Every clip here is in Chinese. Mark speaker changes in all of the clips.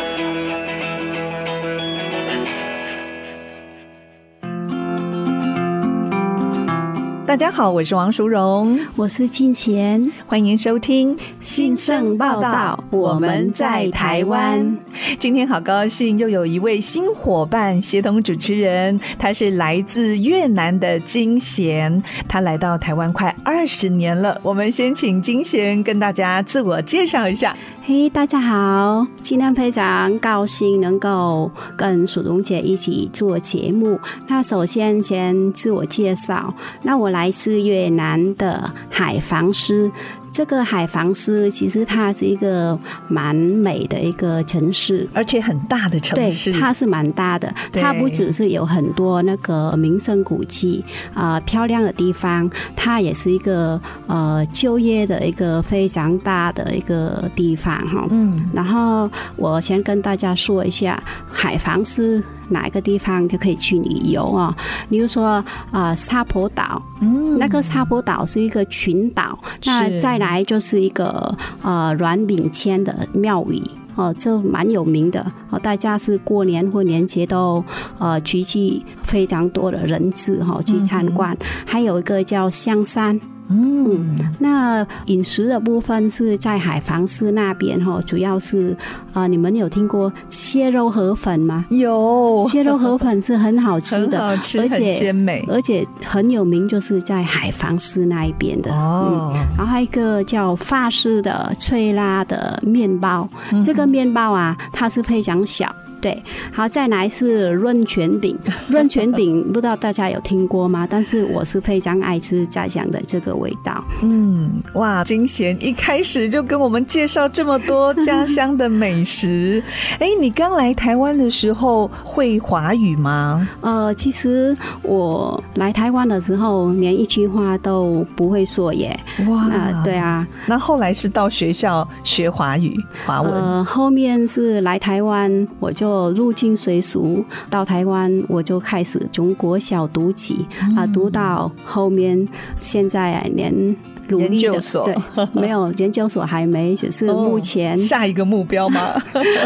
Speaker 1: 大家好，我是王淑荣，
Speaker 2: 我是金钱，
Speaker 1: 欢迎收听《
Speaker 2: 新生报道》，我们在台湾。
Speaker 1: 今天好高兴，又有一位新伙伴协同主持人，他是来自越南的金贤，他来到台湾快二十年了。我们先请金贤跟大家自我介绍一下。
Speaker 2: 嘿、hey,，大家好！今天非常高兴能够跟鼠荣姐一起做节目。那首先先自我介绍，那我来自越南的海防师。这个海防市其实它是一个蛮美的一个城市，
Speaker 1: 而且很大的城市，
Speaker 2: 对，它是蛮大的。它不只是有很多那个名胜古迹啊、呃、漂亮的地方，它也是一个呃就业的一个非常大的一个地方哈。嗯，然后我先跟大家说一下海防市。哪一个地方就可以去旅游哦？例如说，呃，沙坡岛，嗯，那个沙坡岛是一个群岛，那再来就是一个呃阮炳谦的庙宇。哦，这蛮有名的哦，大家是过年或年节都呃聚集非常多的人次哈、哦、去参观、嗯。还有一个叫香山，嗯，那饮食的部分是在海防市那边哈、哦，主要是啊、呃，你们有听过蟹肉河粉吗？
Speaker 1: 有，
Speaker 2: 蟹肉河粉是哦很好嗯吃的，
Speaker 1: 好吃
Speaker 2: 而且
Speaker 1: 鲜美，
Speaker 2: 而且很有名，就是在海防市那一边的哦、嗯。然后还有一个叫法式的脆拉的面包，嗯、这个。面包啊，它是非常小，对。好，再来是润泉 饼，润泉饼不知道大家有听过吗？但是我是非常爱吃家乡的这个味道。
Speaker 1: 嗯，哇，金贤一开始就跟我们介绍这么多家乡的美食。哎欸，你刚来台湾的时候会华语吗？
Speaker 2: 呃，其实我来台湾的时候连一句话都不会说耶。
Speaker 1: 哇、
Speaker 2: 呃，对啊。
Speaker 1: 那后来是到学校学华语、华文。
Speaker 2: 呃后面是来台湾，我就入境随俗。到台湾，我就开始从国小读起
Speaker 1: 嗯
Speaker 2: 啊，读到后面，现在连。努力的
Speaker 1: 研究所
Speaker 2: 对，没有研究所还没，只是目 前、哦、
Speaker 1: 下一个目标吗？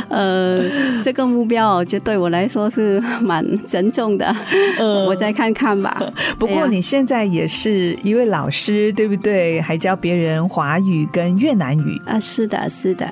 Speaker 2: 呃，这个目标就对我来说是蛮沉重的， 呃、
Speaker 1: 嗯
Speaker 2: 我再看看吧。
Speaker 1: 呃不过你现在也是一位老师，对不对？还教别人华语跟越南语
Speaker 2: 啊？是的，是的。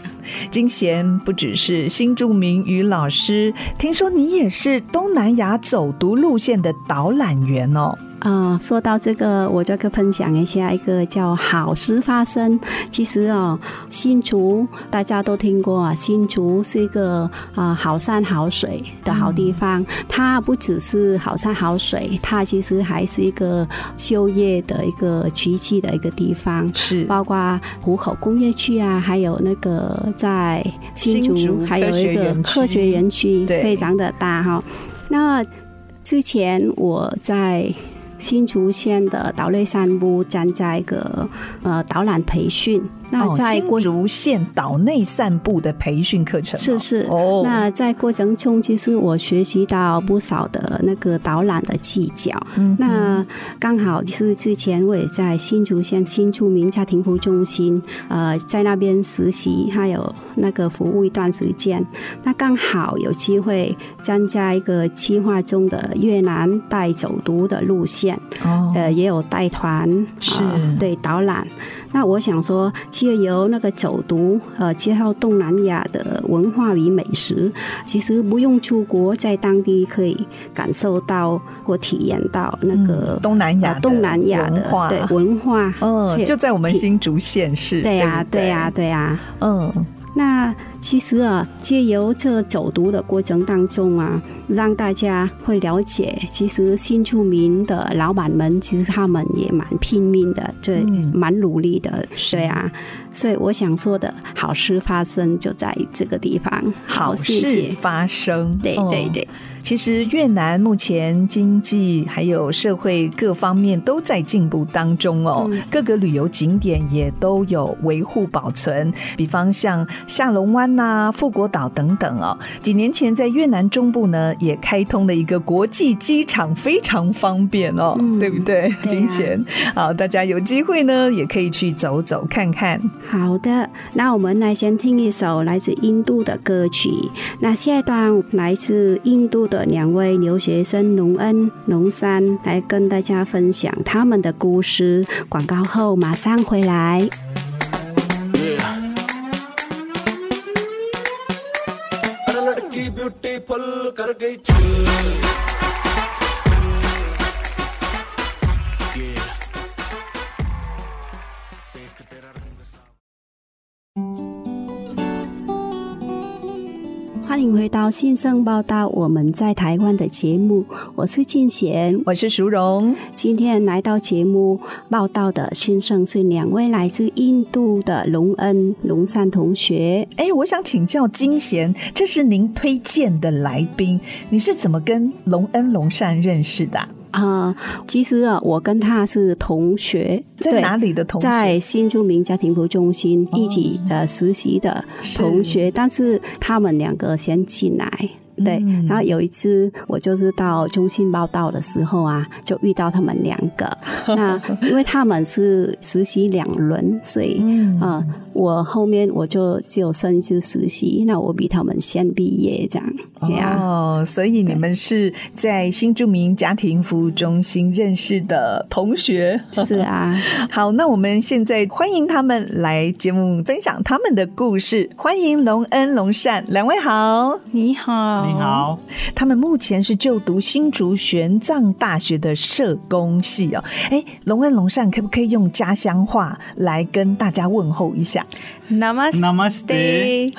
Speaker 1: 金贤不只是新著名语老师，听说你也是东南亚走读路线的导览员哦。
Speaker 2: 啊、呃，说到这个，我就跟分享一下一个叫“好事发生”。其实哦，新竹大家都听过啊，新竹是一个啊、呃、好山好水的好地方、嗯。它不只是好山好水，它其实还是一个就业的一个奇迹的一个地方，
Speaker 1: 是
Speaker 2: 包括湖口工业区啊，还有那个在新
Speaker 1: 竹
Speaker 2: 还有一个科学园区，非常的大哈、哦。那之前我在。新竹县的岛内山部参加一个呃导览培训，那在、
Speaker 1: 哦、新竹县岛内散步的培训课程、哦、
Speaker 2: 是是哦。那在过程中，其实我学习到不少的那个导览的技巧。嗯，那刚好就是之前我也在新竹县新住民家庭服务中心，呃，在那边实习，还有那个服务一段时间。那刚好有机会参加一个计划中的越南带走读的路线。哦，呃，也有带团，
Speaker 1: 是、
Speaker 2: 呃、对导览。那我想说，借由那个走读，呃，介绍东南亚的文化与美食，其实不用出国，在当地可以感受到或体验到那个、
Speaker 1: 嗯、东南亚、呃、
Speaker 2: 东南亚的对文化。哦
Speaker 1: 嗯，就在我们新竹县市。
Speaker 2: 对呀、
Speaker 1: 啊，
Speaker 2: 对呀、啊，对呀、啊。
Speaker 1: 嗯，
Speaker 2: 那。其实啊，借由这走读的过程当中啊，让大家会了解，其实新住民的老板们，其实他们也蛮拼命的，对，嗯、蛮努力的，对啊。所以我想说的好事发生就在这个地方。
Speaker 1: 好
Speaker 2: 谢谢
Speaker 1: 事。发生，
Speaker 2: 对
Speaker 1: 哦
Speaker 2: 对对，
Speaker 1: 其实越南目前经济还有社会各方面都在进步当中哦，
Speaker 2: 嗯
Speaker 1: 各个旅游景点也都有维护保存，比方像下龙湾呐、富国岛等等哦。几年前在越南中部呢，也开通了一个国际机场，非常方便哦，
Speaker 2: 嗯
Speaker 1: 对不对？
Speaker 2: 对啊
Speaker 1: 金贤，好，大家有机会呢也可以去走走看看。
Speaker 2: 好的，那我们来先听一首来自印度的歌曲。那下一段来自印度的两位留学生龙恩、龙山来跟大家分享他们的故事。广告后马上回来。
Speaker 3: हर लड़की ब्यूटीफुल कर गई चुल Yeah. देख तेरा रंग सा-
Speaker 2: 欢迎回到新生报道，我们在台湾的节目，我是静贤，
Speaker 1: 我是淑荣，
Speaker 2: 今天来到节目报道的先生是两位来自印度的龙恩、龙山同学。
Speaker 1: 哎，我想请教金贤，这是您推荐的来宾，你是怎么跟龙恩龙善认识的啊、
Speaker 2: 啊、其实啊，我跟他是同学，
Speaker 1: 在
Speaker 2: 对
Speaker 1: 哪里的同学？哦
Speaker 2: 在新住民家庭服务中心一起呃实习的同学，但是他们两个先进来。对，
Speaker 1: 嗯
Speaker 2: 然后有一次我就是到中信报道的时候啊，就遇到他们两 个。那因为他们是实习两轮，所以
Speaker 1: 嗯
Speaker 2: 啊、呃我后面我就只有升一次实习，那我比他们先毕业这样。呃对啊呀、
Speaker 1: 哦，所以你们是在新住民家庭服务中心认识的同学。
Speaker 2: 是啊，
Speaker 1: 好，那我们现在欢迎他们来节目分享他们的故事。欢迎龙恩、龙善两位好，
Speaker 4: 你好，
Speaker 5: 你，好，
Speaker 1: 他们目前是就读新竹玄奘大学的社工系哦。哎，龙恩、龙善可不可以用家乡话来跟大家问候一下？
Speaker 5: Namaste
Speaker 4: Namaste，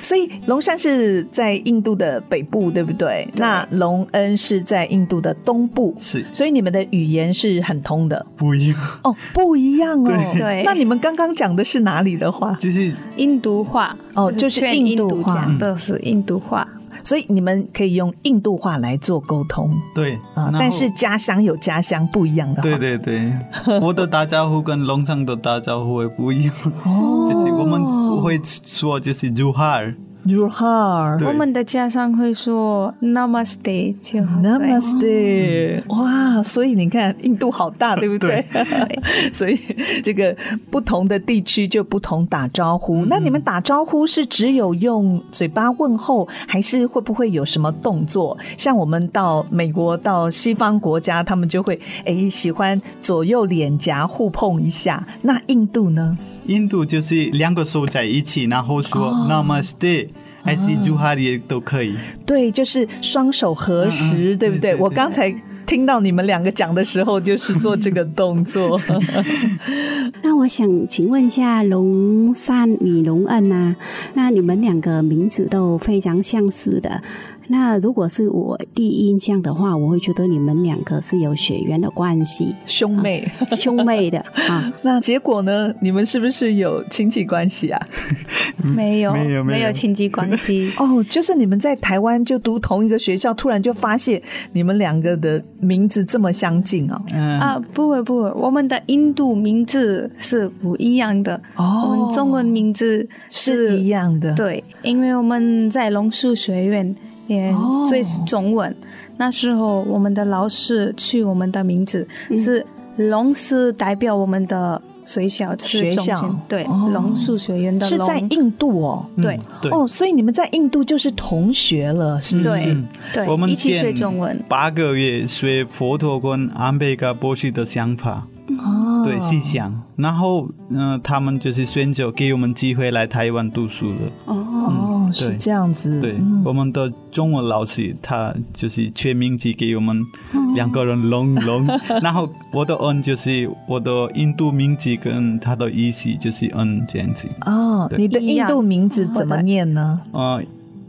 Speaker 1: 所以龙山是在印度的北部，对不对？那龙恩是在印度的东部，
Speaker 5: 是
Speaker 1: 所以你们的语言是很通的
Speaker 5: 不一样，
Speaker 1: 哦，不一样哦。
Speaker 5: 对
Speaker 4: 对
Speaker 1: 那你们刚刚讲的是哪里的话？
Speaker 5: 就是
Speaker 4: 印度话
Speaker 1: 哦就是
Speaker 4: 劝
Speaker 1: 印
Speaker 4: 印
Speaker 1: 度话
Speaker 4: 讲
Speaker 5: 嗯
Speaker 4: 的是印度话，
Speaker 1: 所以你们可以用印度话来做沟通
Speaker 5: 对
Speaker 1: 啊
Speaker 5: 然，后
Speaker 1: 但是家乡有家乡不一样的话。
Speaker 5: 对对对， 我的打招呼跟龙上的打招呼也不一样，
Speaker 4: 哦
Speaker 5: 就是我们会说就是朱哈尔，
Speaker 1: 如哈
Speaker 5: 对
Speaker 4: 我们的家乡会说 Namaste 就好。
Speaker 1: Namaste，、哇！所以你看，印度好大，对不对？ 所以这个不同的地区就不同打招呼。
Speaker 5: 嗯
Speaker 1: 那你们打招呼是只有用嘴巴问候，还是会不会有什么动作？像我们到美国、到西方国家，他们就会哎喜欢左右脸颊互碰一下。那印度呢？
Speaker 5: 印度就是两个手在一起，然后说
Speaker 4: 哦
Speaker 5: Namaste，还是朱哈尔也都可以，
Speaker 1: 对，就是双手合十，
Speaker 5: 嗯嗯
Speaker 1: 对不对？
Speaker 5: 对对对
Speaker 1: 我刚才听到你们两个讲的时候，就是做这个动 作。
Speaker 2: 那我想请问一下龙山与龙恩啊，那你们两个名字都非常相似的。那如果是我第一印象的话，我会觉得你们两个是有血缘的关系，
Speaker 1: 兄妹。
Speaker 2: 兄妹的啊。
Speaker 1: 那结果呢？你们是不是有亲戚关系啊？。
Speaker 4: 没有，
Speaker 5: 嗯没有没有
Speaker 4: 亲戚关系
Speaker 1: 哦，就是你们在台湾就读同一个学校，突然就发现你们两个的名字这么相近哦。
Speaker 5: 嗯，
Speaker 4: 啊，不会不会，我们的印度名字是不一样的，
Speaker 1: 哦
Speaker 4: 我们中文名字
Speaker 1: 是一样的。
Speaker 4: 对，因为我们在龙树学院也
Speaker 1: 哦
Speaker 4: 所以是中文。那时候我们的老师取我们的名字、是龙是代表我们的学校，就是
Speaker 1: 学
Speaker 4: 中
Speaker 1: 校
Speaker 4: 间对、
Speaker 1: 哦
Speaker 4: 龙树学院的
Speaker 1: 是
Speaker 4: 龙
Speaker 1: 在印度哦。
Speaker 4: 对、
Speaker 5: 对，
Speaker 1: 哦，所以你们在印度就是同学了，是不是？
Speaker 4: 对、
Speaker 5: 嗯
Speaker 4: 对，
Speaker 5: 我们
Speaker 4: 一起学
Speaker 5: 见
Speaker 4: 中文。
Speaker 5: 八个月学佛陀跟安贝卡博士的想法。
Speaker 1: 哦，
Speaker 5: 对，嗯是这样。然后，嗯、他们就是选择给我们机会来台湾读书的。
Speaker 1: 哦，是
Speaker 5: 对
Speaker 1: 这样子。
Speaker 5: 对，
Speaker 1: 嗯
Speaker 5: 我们的中文老师他就是全名字给我们两个人龙龙。 然后我的恩就是我的印度名字跟他的意思就是恩这样子。
Speaker 1: 哦，
Speaker 5: 对
Speaker 1: 你的印度名字怎么念呢
Speaker 5: 呃，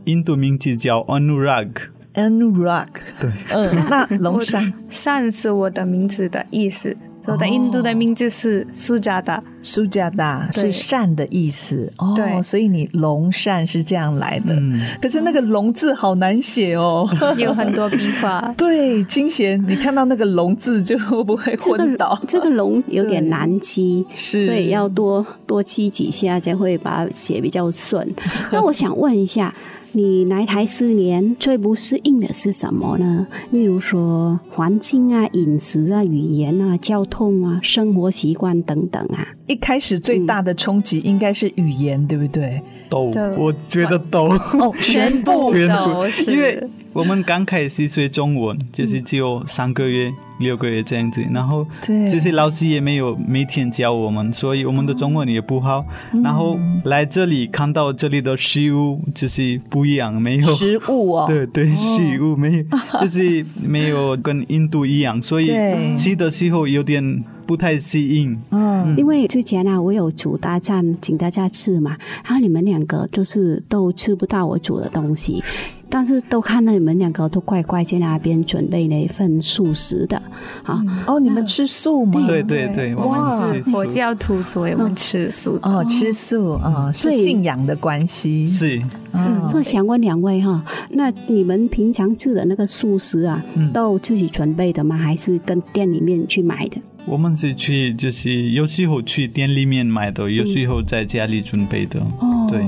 Speaker 5: 印度名字叫 Anurag。
Speaker 1: ？N Rock。对，嗯，那龙山
Speaker 4: 善是我的名字的意思，所以在印度的名字是苏加达。
Speaker 1: 苏加达啊是
Speaker 4: 对
Speaker 1: 善的意思哦，
Speaker 4: 对
Speaker 1: 所以你龙善是这样来的。
Speaker 5: 嗯
Speaker 1: 可是那个龙字好难写 哦。。
Speaker 4: 有很多笔画
Speaker 1: 对，清贤，你看到那个龙字就会不会
Speaker 2: 这
Speaker 1: 昏倒
Speaker 2: 个？这个龙有点难击，
Speaker 1: 是
Speaker 2: 所以要多多击几下才会把它写比较 顺。那我想问一下，你来台四年最不适应的是什么呢？例如说环境啊、饮食啊、语言啊、交通啊、生活习惯等等啊。
Speaker 1: 一开始最大的冲击应该是语言，对不对？
Speaker 5: 抖
Speaker 4: 对，
Speaker 5: 我觉得抖，
Speaker 1: 哦，
Speaker 4: 全 部
Speaker 5: 全
Speaker 4: 都
Speaker 5: 部，因为
Speaker 4: 是，
Speaker 5: 我们刚开始学中文，就是只有三个月、六个月这样子，然后
Speaker 1: 对
Speaker 5: 就是老师也没有每天教我们，所以我们的中文也不好。然后来这里看到这里的食物就是不一样，没有。
Speaker 1: 食物哦，
Speaker 5: 对对，食物没有， 就是没有跟印度一样，所以
Speaker 1: 对
Speaker 5: 吃的时候有点不太适应。
Speaker 1: 嗯，
Speaker 2: 因为之前啊，我有煮大战请大家吃嘛，然后你们两个就是都吃不到我煮的东西，但是都看到你们两个都乖乖在那边准备了一份素食的啊，
Speaker 1: 哦，你们吃素吗？
Speaker 5: 对对对，我
Speaker 4: 我
Speaker 5: 们
Speaker 4: 们
Speaker 5: 是
Speaker 4: 是佛
Speaker 5: 素
Speaker 4: 教徒，所以我们吃素。
Speaker 1: 哦，吃素啊、是
Speaker 2: 对
Speaker 1: 信仰的关系。
Speaker 5: 是
Speaker 1: 嗯，
Speaker 2: 所以想问两位哈，那你们平常吃的那个素食啊，都自己准备的吗？还是跟店里面去买的？
Speaker 5: 我们是去，就是有时候去店里面买的，有时候在家里准备
Speaker 1: 嗯
Speaker 5: 的。
Speaker 2: 哦
Speaker 5: 对，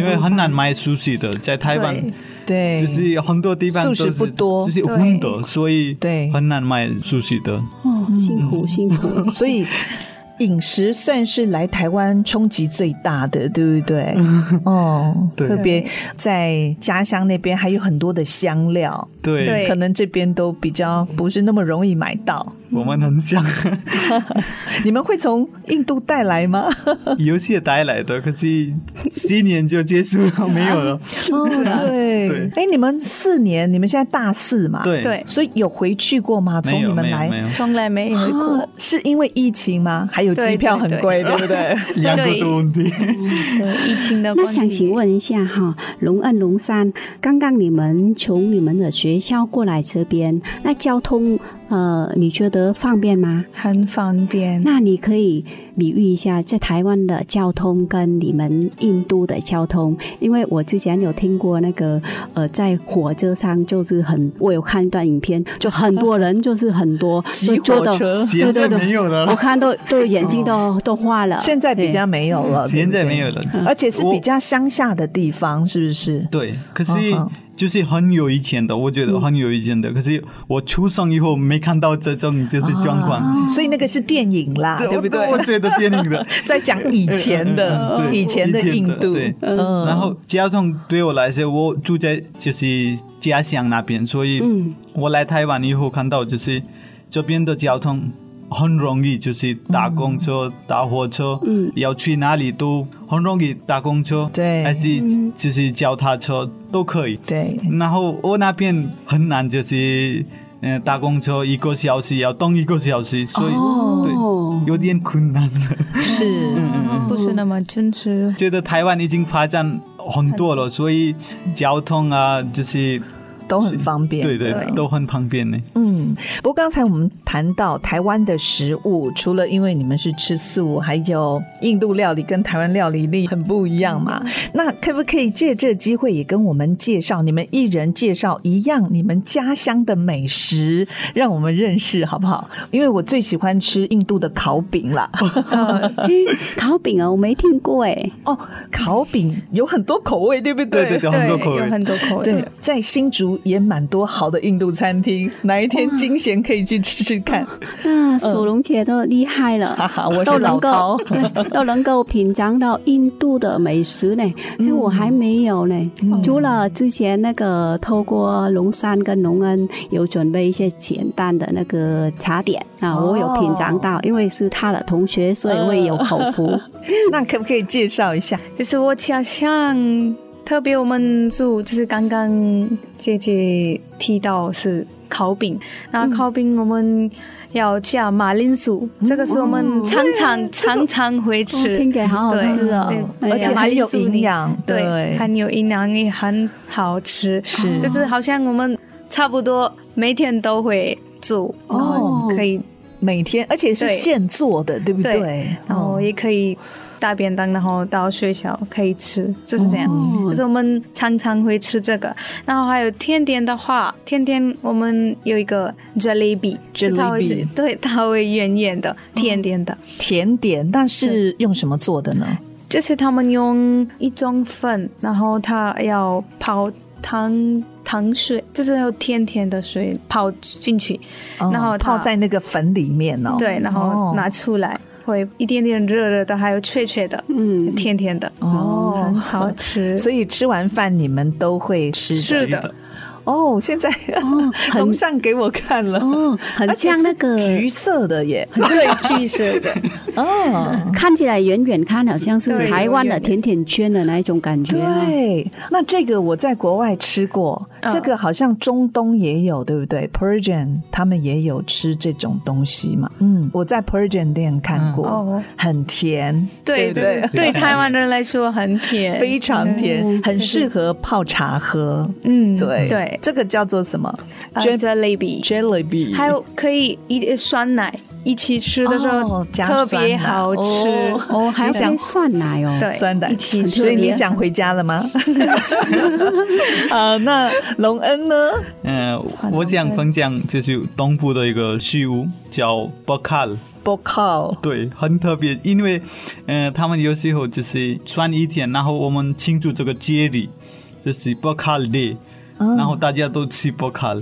Speaker 5: 因为很难买熟悉的，在台湾
Speaker 4: 对
Speaker 1: 对，
Speaker 5: 就是很多地方都
Speaker 1: 素
Speaker 5: 是
Speaker 1: 食不多
Speaker 5: 就是荤的，所以
Speaker 1: 对
Speaker 5: 很难买熟悉的。
Speaker 2: 哦，辛苦辛苦。
Speaker 1: 所以饮食算是来台湾冲击最大的，对不 对？哦，
Speaker 5: 对
Speaker 1: 特别在家乡那边还有很多的香料，
Speaker 5: 对，
Speaker 4: 对
Speaker 1: 可能这边都比较不是那么容易买 到。
Speaker 5: 我们很像
Speaker 1: 你们会从印度带来吗？
Speaker 5: 游戏带来的，可是七年就结束了，没有 了。
Speaker 1: 对
Speaker 5: 对
Speaker 1: 哎，你们四年，你们现在大四嘛？，
Speaker 5: 对
Speaker 4: 对，
Speaker 1: 所以有回去过吗？从
Speaker 5: 没
Speaker 1: 你
Speaker 5: 有
Speaker 1: 们
Speaker 5: 没有没
Speaker 1: 来。
Speaker 5: 有，
Speaker 4: 从来没有
Speaker 1: 啊
Speaker 4: 过。
Speaker 1: 是因为疫情吗？还有机票很贵，对不对？
Speaker 5: 两个多问题。
Speaker 4: 对疫情
Speaker 2: 那
Speaker 4: 的关系，
Speaker 2: 想请问一下哈，龙恩、龙山，刚刚你们从你们的学校过来这边，那交通呃，你觉得方便吗？
Speaker 4: 很方便。
Speaker 2: 那你可以比喻一下在台湾的交通跟你们印度的交通，因为我之前有听过那个呃，在火车上就是很，我有看一段影片，就很多人就是很多
Speaker 1: 挤
Speaker 2: 就坐
Speaker 1: 火
Speaker 2: 到
Speaker 1: 车
Speaker 2: 对
Speaker 5: 现
Speaker 2: 对
Speaker 5: 在没
Speaker 2: 对，
Speaker 5: 有
Speaker 2: 我
Speaker 5: 了，
Speaker 2: 看都都眼睛都、都花了。
Speaker 1: 现在比
Speaker 2: 对
Speaker 1: 较没有了，对
Speaker 5: 现
Speaker 1: 不对
Speaker 5: 在 没有了。
Speaker 1: 而且是比较乡下的地方，是不是？
Speaker 5: 对，可是
Speaker 2: 哦
Speaker 1: 嗯哼
Speaker 5: 就是很有意见的，我觉
Speaker 2: 嗯
Speaker 5: 得很有意见的。可是我出生以后没看到这种就是状
Speaker 2: 啊
Speaker 5: 况，
Speaker 1: 所以那个是电影啦，对不对
Speaker 5: 我？我觉得电影的
Speaker 1: 在讲以前的
Speaker 5: 嗯，对
Speaker 1: 以前的印度，
Speaker 5: 对
Speaker 2: 嗯
Speaker 5: 然后交通对我来说，我住在就是家乡那边，所以
Speaker 2: 嗯
Speaker 5: 我来台湾以后看到就是这边的交通。很容易，就是搭公车、搭火车，
Speaker 2: 嗯
Speaker 5: 要去哪里都很容易。搭公车，
Speaker 1: 对
Speaker 5: 还是就是脚踏车都可以。
Speaker 1: 对，
Speaker 5: 然后我那边很难，就是嗯、呃搭公车一个小时要等一个小时，所以、
Speaker 2: 哦
Speaker 5: 对有点困难。
Speaker 1: 是
Speaker 4: 不是那么真实，
Speaker 5: 觉得台湾已经发展很多了，所以交通啊，就是
Speaker 1: 都很方便，
Speaker 5: 对对都很方便呢。
Speaker 1: 嗯，不过刚才我们谈到台湾的食物，除了因为你们是吃素，还有印度料理跟台湾料理力很不一样嘛。那可不可以借这机会也跟我们介绍，你们一人介绍一样你们家乡的美食，让我们认识好不好？因为我最喜欢吃印度的烤饼啦。
Speaker 2: 嘿 烤饼哦，我没听过哎。
Speaker 1: 哦，烤 饼有很多口味，对不对？
Speaker 5: 对对，很多口
Speaker 4: 对，有
Speaker 5: 味。
Speaker 4: 很多口味
Speaker 1: 对。，在新竹也蛮多好的印度餐厅，哪一天金贤可以去吃吃看。
Speaker 2: 那守龙姐都厉害了，
Speaker 1: 哈哈我是
Speaker 2: 都能
Speaker 1: 老
Speaker 2: 够 对都能够品尝到印度的美食呢，因
Speaker 1: 嗯
Speaker 2: 为我还没有呢。除了之前那个透过龙山跟龙恩有准备一些简单的那个茶点啊，
Speaker 1: 哦
Speaker 2: 我有品尝到，因为是他的同学，所以我也有口福。
Speaker 1: 那可不可以介绍一下？
Speaker 4: 就是我家乡，特别我们住，就是刚刚姐姐提到是烤饼，那
Speaker 2: 嗯
Speaker 4: 烤饼我们要加马铃薯，这个是我们常常常常会
Speaker 2: 哦
Speaker 4: 吃，
Speaker 2: 听起来好好
Speaker 4: 对
Speaker 2: 吃哦，
Speaker 4: 对
Speaker 1: 啊而且
Speaker 4: 马
Speaker 1: 很
Speaker 4: 铃
Speaker 1: 有
Speaker 4: 薯
Speaker 1: 营
Speaker 4: 泥
Speaker 1: 养，
Speaker 4: 对，哦很有营养，也很好吃。
Speaker 1: 是
Speaker 2: 嗯哦
Speaker 4: 就是好像我们差不多每天都会煮，然后可以
Speaker 1: 每天，而且是
Speaker 4: 对
Speaker 1: 现做的，对不
Speaker 4: 对
Speaker 1: 对？
Speaker 4: 然后
Speaker 1: 哦
Speaker 4: 也可以大便当，然后到学校可以吃，就是这样。
Speaker 1: 哦
Speaker 4: 就是我们常常会吃这个，然后还有甜点的话，甜点我们有一个 jalebi，
Speaker 1: Jalebi 哦
Speaker 4: 它会是对，它会圆圆的，甜甜的。
Speaker 1: 甜点那是用什么做的呢？
Speaker 4: 这是他们用一种粉，然后它要泡糖糖水，就是有甜甜的水泡进去，
Speaker 1: 哦
Speaker 4: 然后它
Speaker 1: 泡在那个粉里面哦。
Speaker 4: 对，然后
Speaker 1: 哦
Speaker 4: 拿出来。会一点点热热的，还有脆脆的，
Speaker 2: 嗯
Speaker 4: 甜甜的，
Speaker 1: 哦
Speaker 4: 很好吃。
Speaker 1: 所以吃完饭你们都会吃的
Speaker 4: 是的，
Speaker 1: 哦。现在
Speaker 2: 哦很
Speaker 1: 龙上给我看了，
Speaker 2: 哦，很
Speaker 1: 而且
Speaker 2: 像
Speaker 1: 是
Speaker 2: 那个，
Speaker 1: 橘色的耶。
Speaker 4: 对，橘色的，
Speaker 1: 哦，
Speaker 2: 看起来远远看好像是
Speaker 4: 对
Speaker 2: 台湾的
Speaker 4: 远远的
Speaker 2: 甜甜圈的那一种感觉啊。
Speaker 1: 对，那这个我在国外吃过，
Speaker 4: 嗯
Speaker 1: 这个好像中东也有，对不对？Persian 他们也有吃这种东西嘛。嗯，我在 Persian 店看过，
Speaker 4: 哦
Speaker 1: 很甜，
Speaker 4: 对
Speaker 1: 对不
Speaker 4: 对，对台湾人来说很甜，
Speaker 1: 非常甜，很适合泡茶喝。
Speaker 4: 嗯，
Speaker 1: 对
Speaker 4: 对
Speaker 1: 这个叫做什么
Speaker 4: j a l e b i
Speaker 1: ？Jelly
Speaker 4: 还有可以一呃酸奶一起吃的时候
Speaker 1: 哦加
Speaker 4: 特别
Speaker 1: 酸奶
Speaker 4: 好吃
Speaker 1: 哦，
Speaker 2: 哦，还要配蒜奶哦。
Speaker 4: 对，
Speaker 1: 酸奶
Speaker 4: 一起吃，
Speaker 1: 所以你想回家了吗？ 啊，那隆恩呢？
Speaker 5: 嗯、我想分享就是东部的一个食物叫 b o k a l
Speaker 1: 不靠
Speaker 5: 对，很特别，因为，呃，他们有时候就是穿一天，然后我们庆祝这个节日，就是博卡 day，、然
Speaker 1: 哦
Speaker 5: 后大家都吃博卡，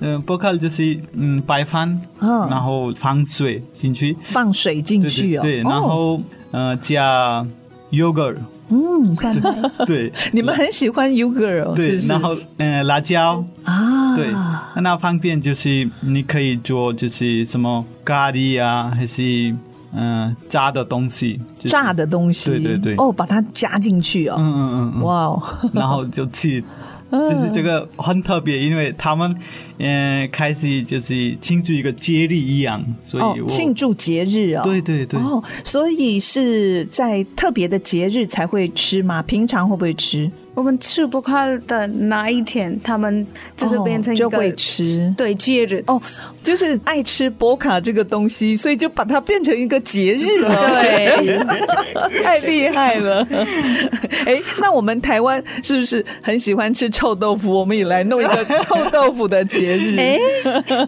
Speaker 5: 嗯、博卡就是嗯白饭，
Speaker 1: 嗯
Speaker 5: 然后放水进去，
Speaker 1: 放水进
Speaker 5: 对
Speaker 1: 去
Speaker 5: 对
Speaker 1: 哦，
Speaker 5: 对，
Speaker 1: 哦
Speaker 5: 然后呃加 yogurt，
Speaker 4: 酸奶，
Speaker 5: 对
Speaker 1: 你们很喜欢 yogurt，哦嗯是
Speaker 5: 对
Speaker 1: 不，是
Speaker 5: 然后嗯、呃辣椒，
Speaker 1: 啊，
Speaker 5: 对，那方便就是你可以做就是什么咖喱啊，还是嗯、呃炸的东西，就是
Speaker 1: 炸的东西，
Speaker 5: 对对对
Speaker 1: 哦，把它加进去哦，
Speaker 5: 嗯嗯嗯嗯。
Speaker 1: 哇嗯哦，
Speaker 5: 然后就去，就是这个很特别，因为他们嗯、呃开始就是庆祝一个节日一样，所
Speaker 1: 哦
Speaker 5: 以我、
Speaker 1: 庆祝节日哦，
Speaker 5: 对对对，
Speaker 1: 哦，所以是在特别的节日才会吃吗？平常会不会吃？
Speaker 4: 我们吃不开的哪一天，他们就是
Speaker 1: 哦
Speaker 4: 变成一
Speaker 1: 就
Speaker 4: 个
Speaker 1: 会吃
Speaker 4: 对节日
Speaker 1: 哦，就是爱吃博卡这个东西，所以就把它变成一个节日了，
Speaker 4: 对，
Speaker 1: 太厉害了！ 哎，那我们台湾是不是很喜欢吃臭豆腐？我们也来弄一个臭豆腐的 节日。
Speaker 2: 哎，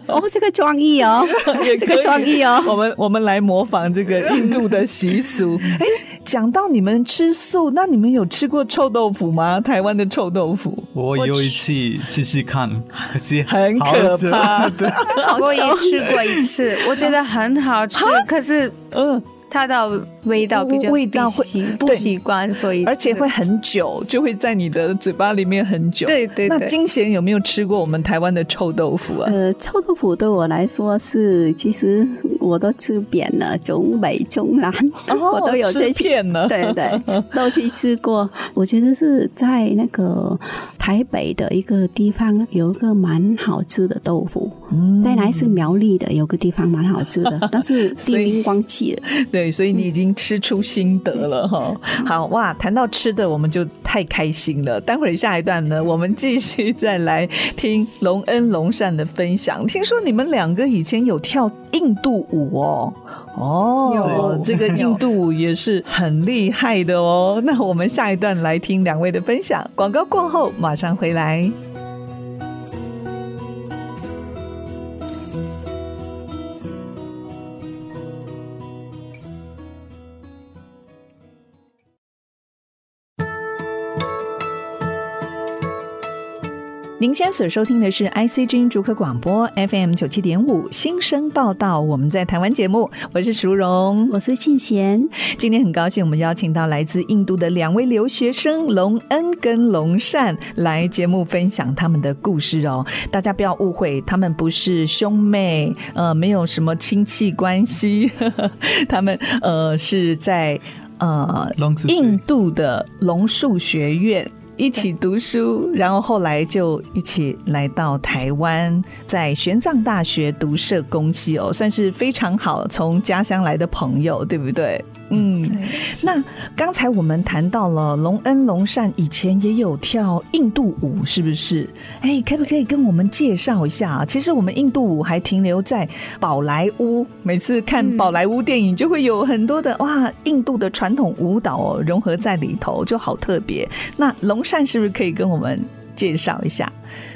Speaker 2: 哦，这个创意哦
Speaker 1: 也，
Speaker 2: 这
Speaker 1: 可
Speaker 2: 个
Speaker 1: 以
Speaker 2: 创意哦。
Speaker 1: 我们我们来模仿这个印度的习俗。哎，讲到你们吃素，那你们有吃过臭豆腐吗？台湾的臭豆腐
Speaker 5: 我有一次试试看，可是
Speaker 1: 很
Speaker 5: 好
Speaker 1: 可
Speaker 5: 吃。
Speaker 1: 怕
Speaker 5: 对，
Speaker 4: 我也吃过一次，我觉得很好吃，可是
Speaker 1: 嗯，
Speaker 4: 它的味道比较
Speaker 1: 味道会
Speaker 4: 不习不
Speaker 1: 对
Speaker 4: 习惯，所以
Speaker 1: 而且会很久，就会在你的嘴巴里面很久。
Speaker 4: 对对
Speaker 1: 那
Speaker 4: 对
Speaker 1: 金贤有没有吃过我们台湾的臭豆腐啊？
Speaker 2: 呃，臭豆腐对我来说是，其实我都吃遍了，中北、中 南，
Speaker 1: 哦
Speaker 2: 嗯我都有这
Speaker 1: 吃遍了
Speaker 2: 啊对对，都去吃过。我觉得是在那个台北的一个地方，有一个蛮好吃的豆腐，
Speaker 4: 嗯
Speaker 2: 在来自苗栗的有个地方蛮好吃 的，但是地
Speaker 1: 所以
Speaker 2: 名忘记了。
Speaker 1: 对，所以你已经吃出心得了哈。好哇，谈到吃的，我们就太开心了。待会儿下一段呢，我们继续再来听龙恩龙善的分享。听说你们两个以前有跳印度舞哦。哦，这个印度舞也是很厉害的哦。那我们下一段来听两位的分享。广告过后马上回来。您现在所收听的是 IC 之音竹科广播 FM 九七点五新生报道，我们在台湾节目，我是淑荣，
Speaker 2: 我是庆贤，
Speaker 1: 今天很高兴，我们邀请到来自印度的两位留学生龙恩跟龙善来节目分享他们的故事哦。大家不要误会，他们不是兄妹，呃，没有什么亲戚关系， 他们呃是在呃
Speaker 5: 龙族
Speaker 1: 印
Speaker 5: 是
Speaker 1: 度的龙树学院。一起读书，然后后来就一起来到台湾，在玄奘大学读社工系哦，算是非常好从家乡来的朋友，对不对？嗯，那刚才我们谈到了龙恩龙善以前也有跳印度舞，是不是？哎，可不可以跟我们介绍一下啊？其实我们印度舞还停留在宝莱坞，每次
Speaker 4: 嗯
Speaker 1: 看宝莱坞电影就会有很多的、哇，印度的传统舞蹈哦融合在里头，就好特别。那龙善是不是可以跟我们介绍一下？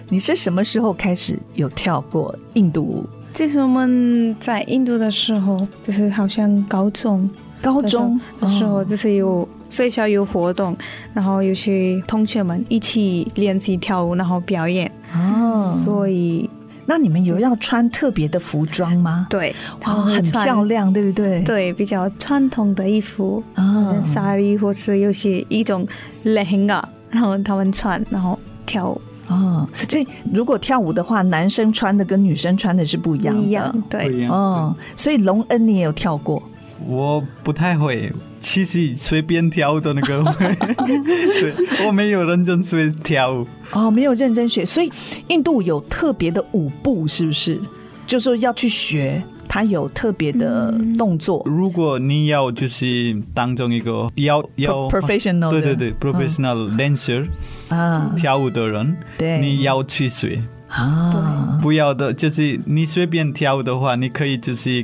Speaker 1: 你是什么时候开始有跳过印度舞？
Speaker 4: 这是我们在印度的时候，就是好像高中
Speaker 1: 高
Speaker 4: 的时候
Speaker 1: 中
Speaker 4: 的时候，
Speaker 1: 哦
Speaker 4: 就是有学校有活动，然后有些同学们一起练习跳舞，然后表演，
Speaker 1: 哦，
Speaker 4: 所以
Speaker 1: 那你们有要穿特别的服装吗？
Speaker 4: 对，
Speaker 1: 哇，
Speaker 4: 他们会
Speaker 1: 哦很
Speaker 4: 哦穿
Speaker 1: 漂，亮，对不对？
Speaker 4: 对，比较传统的衣服，嗯
Speaker 1: 啊，
Speaker 4: 纱衣或是有些一种 lehenga，然后他们穿，然后跳舞
Speaker 1: 哦，所以如果跳舞的话，男生穿的跟女生穿的是不一样
Speaker 4: 不
Speaker 1: 的。
Speaker 4: 一样，对
Speaker 5: 不。一样。
Speaker 1: 哦，所以龙恩你也有跳过，
Speaker 5: 我不太会，其实随便跳的 那个会，对我没有认真学跳舞。
Speaker 1: 哦，没有认真学，所以印度有特别的舞步，是不是？就说要去学，它有特别的
Speaker 5: 嗯
Speaker 1: 动作。
Speaker 5: 如果你要就是当中一个要要
Speaker 1: professional
Speaker 5: 对
Speaker 1: 的嗯
Speaker 5: 对对，professional dancer、
Speaker 1: 啊，
Speaker 5: 跳舞的人，
Speaker 1: 对
Speaker 5: 你要去学。
Speaker 1: 啊，
Speaker 5: 不要的，就是你随便跳的话，你可以就是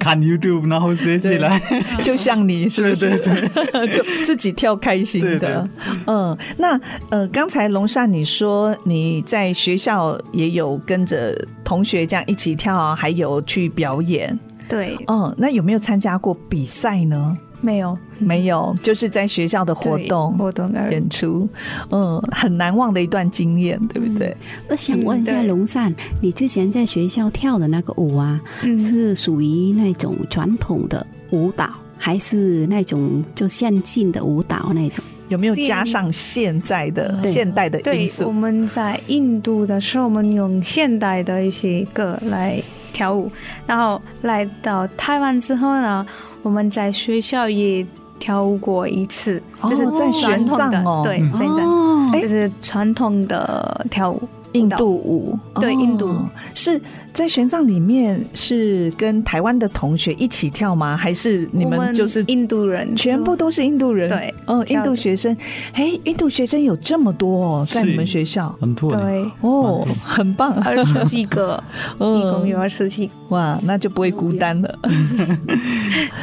Speaker 5: 看 YouTube，然后学起来。
Speaker 1: 就像你是不是？ 就自己跳开心的。
Speaker 5: 对对
Speaker 1: 嗯，那呃，刚才龙善你说你在学校也有跟着同学这样一起跳啊，还有去表演。
Speaker 4: 对，
Speaker 1: 嗯，那有没有参加过比赛呢？
Speaker 4: 没有
Speaker 1: 没有，就是在学校的活
Speaker 4: 嗯对
Speaker 1: 动。
Speaker 4: 活动而已。
Speaker 1: 演出，嗯，很难忘的一段经验，对不对？
Speaker 2: 我想问一
Speaker 4: 嗯
Speaker 2: 下
Speaker 4: 对
Speaker 2: 龙善，你之前在学校跳的那个舞啊，
Speaker 4: 嗯，
Speaker 2: 是属于那种传统的舞蹈，还是那种就现进的舞蹈那种？
Speaker 1: 有没有
Speaker 4: 现
Speaker 1: 加上现在的
Speaker 2: 对
Speaker 1: 现代的因
Speaker 4: 对，我
Speaker 1: 素？
Speaker 4: 们在印度的时候，我们用现代的一些歌来跳舞，然后来到台湾之后呢，我们在学校也跳舞过一次，
Speaker 1: 哦
Speaker 4: 就是
Speaker 1: 在
Speaker 4: 传统
Speaker 1: 玄
Speaker 4: 的，
Speaker 1: 奘哦
Speaker 4: 对，
Speaker 5: 嗯
Speaker 4: 玄奘、
Speaker 2: 哦
Speaker 1: 哎
Speaker 4: 就是传统的跳舞。
Speaker 1: 印度舞，哦
Speaker 4: 对印度
Speaker 1: 是在玄奘里面是跟台湾的同学一起跳吗？还是你
Speaker 4: 我
Speaker 1: 们就是
Speaker 4: 印度人，
Speaker 1: 全部都是印度人？
Speaker 4: 对
Speaker 1: 嗯，印
Speaker 4: 跳
Speaker 1: 度
Speaker 4: 的
Speaker 1: 学生，哎，印度学生有这么多哦，在你
Speaker 5: 是
Speaker 1: 们学校
Speaker 5: 很多呢
Speaker 4: 对，
Speaker 1: 哦，很棒，
Speaker 4: 二十几个，一共
Speaker 1: 嗯，
Speaker 4: 有二十几个，
Speaker 1: 哇，那就不会孤单了。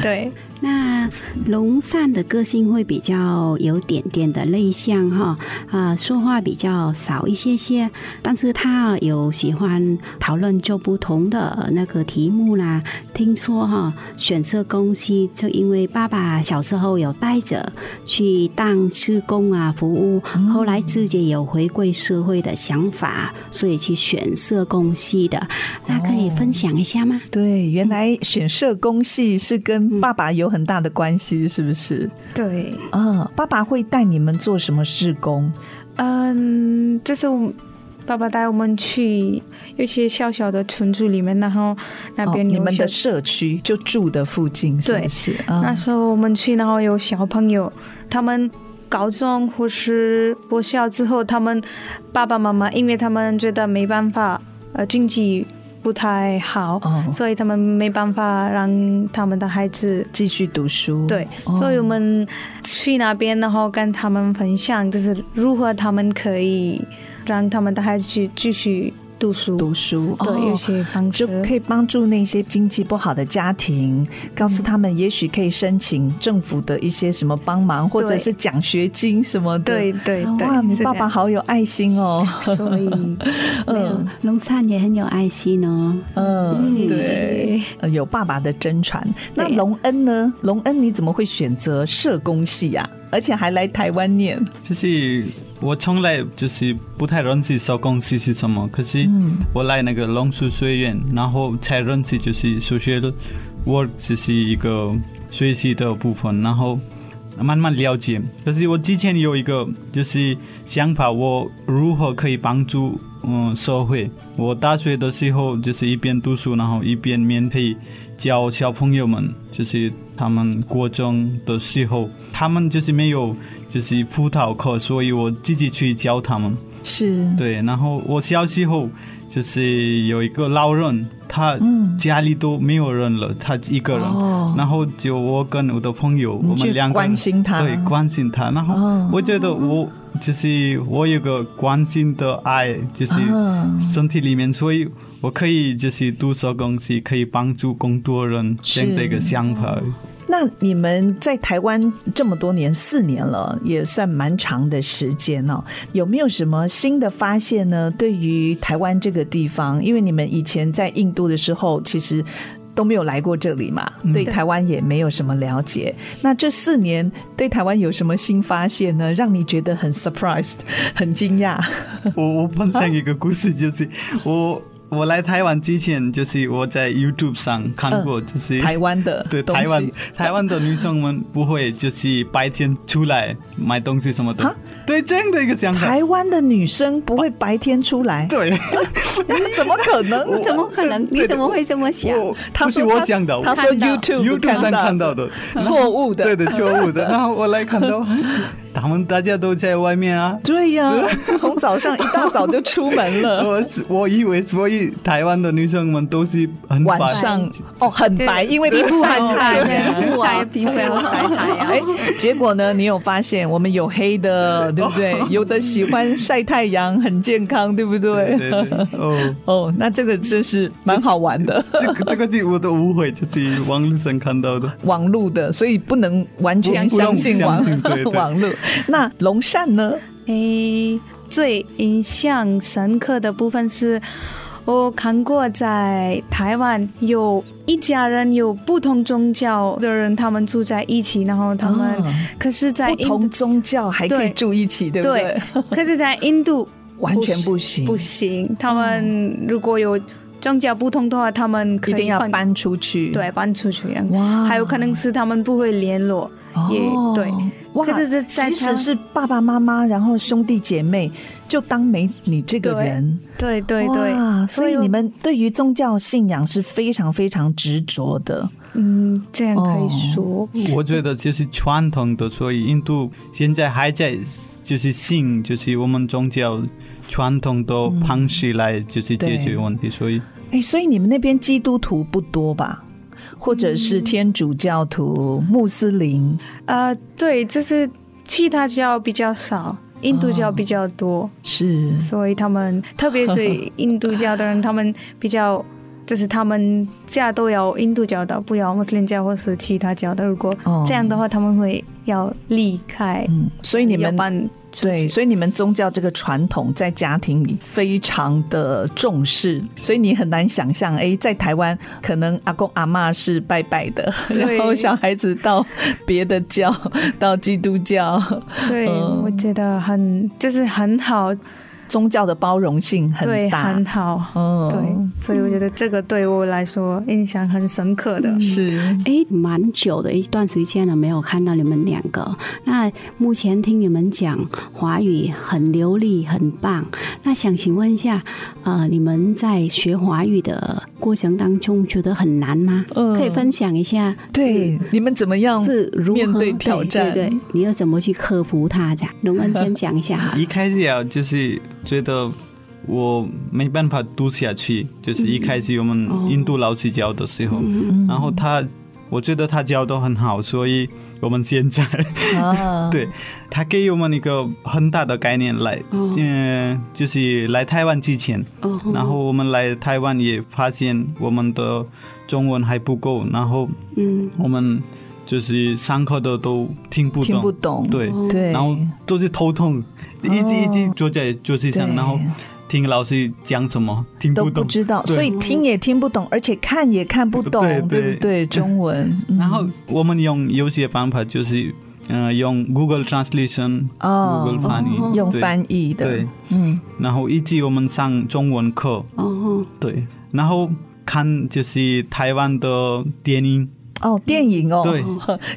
Speaker 4: 对。
Speaker 2: 那龙善的个性会比较有点点的内向哈，啊、说话比较少一些些，但是他有喜欢讨论就不同的那个题目啦。听说哈，选色公司就因为爸爸小时候有带着去当施工啊服务，后来自己有回归社会的想法，所以去选色公司的。那可以分享一下吗？
Speaker 1: 对，
Speaker 4: 嗯
Speaker 1: 原来选社工系是跟爸爸有很大的关系，是不是？
Speaker 4: 对，
Speaker 1: 啊，爸爸会带你们做什么事工？
Speaker 4: 嗯，就是我们爸爸带我们去有些小小的村子里面，然后那
Speaker 1: 哦，
Speaker 4: 边
Speaker 1: 你
Speaker 4: 有
Speaker 1: 们
Speaker 4: 小、
Speaker 1: 的社区就住的附近，是不是？
Speaker 4: 那
Speaker 1: 啊，
Speaker 4: 时候我们去，然后有小朋友，他们高中或是国校之后，他们爸爸妈妈因为他们觉得没办法，呃，经济不太好，
Speaker 1: 哦，
Speaker 4: 所以他们没办法让他们的孩子
Speaker 1: 继续读书。
Speaker 4: 对，
Speaker 1: 哦
Speaker 4: 所以我们去那边，然后跟他们分享，就是如何他们可以让他们的孩子去继续读书，
Speaker 1: 读书，
Speaker 4: 对，有
Speaker 1: 哦
Speaker 4: 些方式
Speaker 1: 就可以帮助那些经济不好的家庭，告
Speaker 4: 嗯
Speaker 1: 诉他们也许可以申请政府的一些什么帮忙，或者
Speaker 4: 对
Speaker 1: 是奖学金什么的。
Speaker 4: 对，对对，
Speaker 1: 哇，你
Speaker 4: 是这
Speaker 1: 爸
Speaker 4: 样
Speaker 1: 爸，好有爱心哦。
Speaker 4: 所以
Speaker 1: 嗯
Speaker 2: 龙善也很有爱心哦。
Speaker 1: 嗯，
Speaker 4: 谢
Speaker 1: 对。
Speaker 4: 谢
Speaker 1: 呃，有爸爸的真传。那
Speaker 4: 对
Speaker 1: 龙恩呢？龙恩你怎么会选择社工系啊？而且还来台湾念？
Speaker 5: 就是我从来就是不太认识手工系是什么，可是我来那个龙树学院，然后才认识就是数学的 work 只是一个学习的部分，然后慢慢了解。可是我之前有一个就是想法，我如何可以帮助嗯社会。我大学的时候就是一边读书，然后一边免费教小朋友们，就是他们国中的时候，他们就是没有就是辅导课，所以我自己去教他们。
Speaker 1: 是，
Speaker 5: 对，然后我小时候就是有一个老人，他
Speaker 1: 嗯
Speaker 5: 家里都没有人了，他一个人，
Speaker 1: 哦
Speaker 5: 然后就我跟我的朋友，
Speaker 1: 你
Speaker 5: 我
Speaker 1: 去
Speaker 5: 们两个人
Speaker 1: 关心他
Speaker 5: 对，关心他。然
Speaker 1: 哦
Speaker 5: 后我觉得我就是我有个关心的爱，就是
Speaker 1: 哦
Speaker 5: 身体里面，所以我可以就是多少东西可以帮助更多人这样的一个
Speaker 1: 是
Speaker 5: 想法。
Speaker 1: 那你们在台湾这么多年，四年了，也算蛮长的时间哦。有没有什么新的发现呢？对于台湾这个地方，因为你们以前在印度的时候，其实都没有来过这里嘛，嗯对台湾也没有什么了解。那这四年对台湾有什么新发现呢？让你觉得很 surprised，很惊讶？
Speaker 5: 我我分享一个故事，就是我我来台湾之前，就是我在 YouTube 上看过，就
Speaker 1: 嗯
Speaker 5: 是
Speaker 1: 台湾的
Speaker 5: 对
Speaker 1: 东西
Speaker 5: 台湾台湾的女生们不会就是白天出来买东西什么
Speaker 1: 啊
Speaker 5: 的，对这样的一个想法，
Speaker 1: 台湾的女生不会白天出来，
Speaker 5: 对，
Speaker 1: 怎么可 能？
Speaker 2: 怎么可能？你怎么会这么 想？
Speaker 5: 我
Speaker 1: 啊他
Speaker 5: 不是
Speaker 1: 说
Speaker 5: 我
Speaker 1: 他
Speaker 5: 想的，
Speaker 1: 他说 YouTube
Speaker 5: YouTube 上看
Speaker 1: 的
Speaker 5: 到的，
Speaker 1: 错误的，
Speaker 5: 对的，错误的。然后我来看到， 他们大家都在外面 啊。
Speaker 1: 对呀、从早上一大早就出门 了，
Speaker 5: 我是我以为，所以台湾的女生们都是很白
Speaker 1: 晚上哦很白，因为不晒太阳。
Speaker 2: 皮肤啊
Speaker 4: 晒皮肤要晒太阳。
Speaker 1: 哎，结果呢？你有发现我们有黑的，对不对？
Speaker 5: 哦
Speaker 1: 有的喜欢晒太阳，很健康，对不
Speaker 5: 对
Speaker 1: 对？
Speaker 5: 对对哦，
Speaker 1: 哦，那这个真是蛮好玩的，
Speaker 5: 这个这个是我的误会，就是网络上看到的。
Speaker 1: 网路的，所以不能完全
Speaker 5: 不不
Speaker 1: 相
Speaker 5: 能
Speaker 1: 信网
Speaker 5: 相信对 对
Speaker 1: 网路。那龙善呢？
Speaker 4: 诶，最印象深刻的部分是，我看过在台湾有一家人有不同宗教的人，他们住在一起，然后他们、
Speaker 1: 哦
Speaker 5: 啊
Speaker 4: 可是在
Speaker 1: 不
Speaker 4: 印
Speaker 1: 同
Speaker 4: 度，
Speaker 1: 宗教还可以
Speaker 4: 对
Speaker 1: 住一起，对不对
Speaker 4: 对？可是在印度
Speaker 1: 完全不行，
Speaker 4: 不行，他们如果有宗教不同的话，他们可
Speaker 1: 一
Speaker 4: 以
Speaker 1: 定要
Speaker 4: 换
Speaker 1: 搬出去。
Speaker 4: 对搬出去，
Speaker 1: 哇
Speaker 4: 还有可能是他们不会联络，也
Speaker 1: 哦
Speaker 4: 对。
Speaker 1: 哇，
Speaker 4: 可是这在
Speaker 1: 即
Speaker 4: 台
Speaker 1: 使
Speaker 4: 湾
Speaker 1: 是爸爸妈妈，然后兄弟姐妹，就当没你这个
Speaker 4: 对
Speaker 1: 人。
Speaker 4: 对对
Speaker 1: 哇
Speaker 4: 对，
Speaker 1: 所以
Speaker 4: 我
Speaker 1: 你们对于宗教信仰是非常非常执着的。
Speaker 4: 嗯，这样可以说。
Speaker 1: 哦
Speaker 5: 我觉得就是传统的，所以印度现在还在就是信，就是我们宗教传统的方式来就是解决问题，所以
Speaker 1: 哎，所以你们那边基督徒不多吧？或者是天主教
Speaker 4: 嗯
Speaker 1: 徒、穆斯林，
Speaker 4: 呃，对，就是其他教比较少，印度教比较多，
Speaker 1: 哦是
Speaker 4: 所以他们特别是印度教的人，他们比较。就是他们家都有印度教的，不要穆斯林教或是其他教的。如果
Speaker 1: 哦
Speaker 4: 这样的话，他们会要离开。
Speaker 1: 嗯，所以你们
Speaker 4: 要搬出
Speaker 1: 对，
Speaker 4: 去
Speaker 1: 所以你们宗教这个传统在家庭里非常的重视，所以你很难想象，哎，在台湾可能阿公阿妈是拜拜的，
Speaker 4: 对
Speaker 1: 然后小孩子到别的教， 到基督教，
Speaker 4: 对，
Speaker 1: 嗯
Speaker 4: 我觉得很就是很好，
Speaker 1: 宗教的包容性很
Speaker 4: 对，
Speaker 1: 大，
Speaker 4: 很好，
Speaker 1: 嗯，
Speaker 4: 对。所以我觉得这个对我来说印象很深刻
Speaker 1: 嗯
Speaker 4: 的。
Speaker 1: 是
Speaker 2: 哎，蛮久的一段时间了，没有看到你们两个。那目前听你们讲华语很流利，很棒。那想请问一下，呃，你们在学华语的过程当中，觉得很难吗？
Speaker 1: 嗯
Speaker 2: 可以分享一下是，
Speaker 1: 对，你们怎么样？
Speaker 2: 是如何
Speaker 1: 面对挑战
Speaker 2: 对对对，你要怎么去克服它？这样，龙恩先讲一下 哈。
Speaker 5: 一开始啊，就是觉得我没办法读下去，就是一开始我们印度老师教的时候，然后他我觉得他教的很好，所以我们现在
Speaker 1: 啊，
Speaker 5: 对他给我们一个很大的概念来，
Speaker 2: 哦
Speaker 5: 嗯、就是来台湾之前。
Speaker 2: 哦
Speaker 5: 然后我们来台湾也发现我们的中文还不够，然后
Speaker 2: 嗯，
Speaker 5: 我们就是上课的都听不懂，
Speaker 1: 听不懂，哦
Speaker 5: 对，
Speaker 1: 对，
Speaker 5: 然后都是头痛，一直一直坐在桌子上，
Speaker 1: 对
Speaker 5: 然后听老师讲什么听
Speaker 1: 都不
Speaker 5: 懂，
Speaker 1: 知道，
Speaker 5: 对
Speaker 1: 所以听也听不懂，而且看也看不懂，
Speaker 5: 对
Speaker 1: 对不
Speaker 5: 对
Speaker 1: 对？中文，嗯
Speaker 5: 然后我们用有些办法就是，嗯，用 Google Translation、
Speaker 1: 哦
Speaker 5: Google 翻译，
Speaker 1: 用
Speaker 5: 对
Speaker 1: 翻译的，
Speaker 5: 对，
Speaker 1: 嗯，
Speaker 5: 然后以及我们上中文课，
Speaker 2: 哦，
Speaker 5: 对，然后看就是台湾的电影。
Speaker 1: 哦，电影哦，
Speaker 5: 对，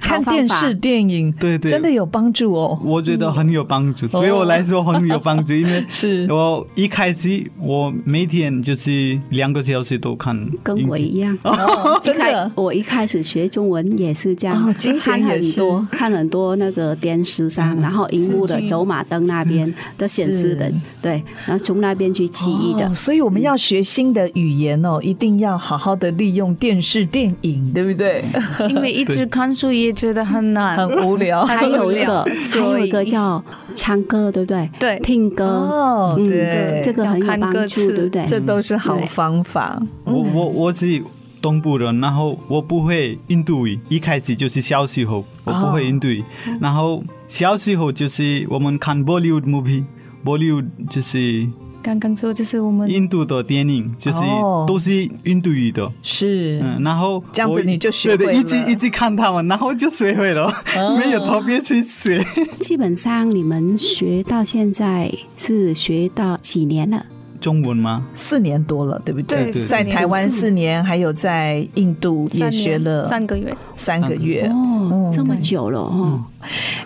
Speaker 1: 看电
Speaker 2: 好方
Speaker 1: 视
Speaker 2: 法
Speaker 1: 电影，
Speaker 5: 对对
Speaker 1: 真的有帮助哦。
Speaker 5: 我觉得很有帮助，
Speaker 1: 哦
Speaker 5: 对我来说很有帮助，因 为
Speaker 1: 是
Speaker 5: 我一开始我每天就是两个小时都看影片，
Speaker 2: 跟我一样。
Speaker 1: 哦，
Speaker 2: 一
Speaker 1: 真
Speaker 2: 开
Speaker 1: 的
Speaker 2: 我一开始学中文也是这样，
Speaker 1: 哦金贤
Speaker 2: 看
Speaker 1: 也
Speaker 2: 很
Speaker 1: 是
Speaker 2: 多看很多那个电视上，然后荧幕的走马灯那边的显示的
Speaker 1: 是，
Speaker 2: 对，然后从那边去记忆的
Speaker 1: 哦，所以我们要学新的语言哦，一定要好好的利用电视电影，对不对？
Speaker 2: 嗯
Speaker 4: 因为一直看书也觉得很难。
Speaker 1: 很无聊。
Speaker 2: 还有一个，还
Speaker 4: 所以
Speaker 2: 有一个叫唱歌，对不对？
Speaker 4: 对
Speaker 2: 听歌，
Speaker 1: 哦
Speaker 2: 嗯
Speaker 1: 对
Speaker 2: 这个很有
Speaker 4: 要看
Speaker 2: 帮
Speaker 4: 歌
Speaker 2: 助，
Speaker 4: 词
Speaker 2: 对不对？
Speaker 1: 这都是好
Speaker 2: 对
Speaker 1: 方法。
Speaker 5: 我我我是东部人，然后我不会印度语，一开始就是小时候我不会印度
Speaker 1: 哦
Speaker 5: 语，然后小时候就是我们看 Bollywood movie。Bollywood 就是
Speaker 4: 刚刚说就是我们
Speaker 5: 印度的电影，就是
Speaker 1: 哦
Speaker 5: 都是印度语的，
Speaker 1: 是，
Speaker 5: 嗯，然后
Speaker 1: 这样子
Speaker 5: 我
Speaker 1: 你就学
Speaker 5: 对
Speaker 1: 会
Speaker 5: 对，
Speaker 1: 了哦
Speaker 5: 一直一直看他们，然后就学会了， 没有特别 去学。
Speaker 2: 基本上你们学到现在是学到几年了？
Speaker 5: 中文吗？
Speaker 1: 四年多了，对不
Speaker 4: 对
Speaker 5: 对对
Speaker 1: 在台湾四年，还有在印度也
Speaker 4: 三年
Speaker 1: 学了
Speaker 4: 三个月，
Speaker 1: 三个月。
Speaker 2: 哦
Speaker 1: 嗯，
Speaker 2: 这么久了哦。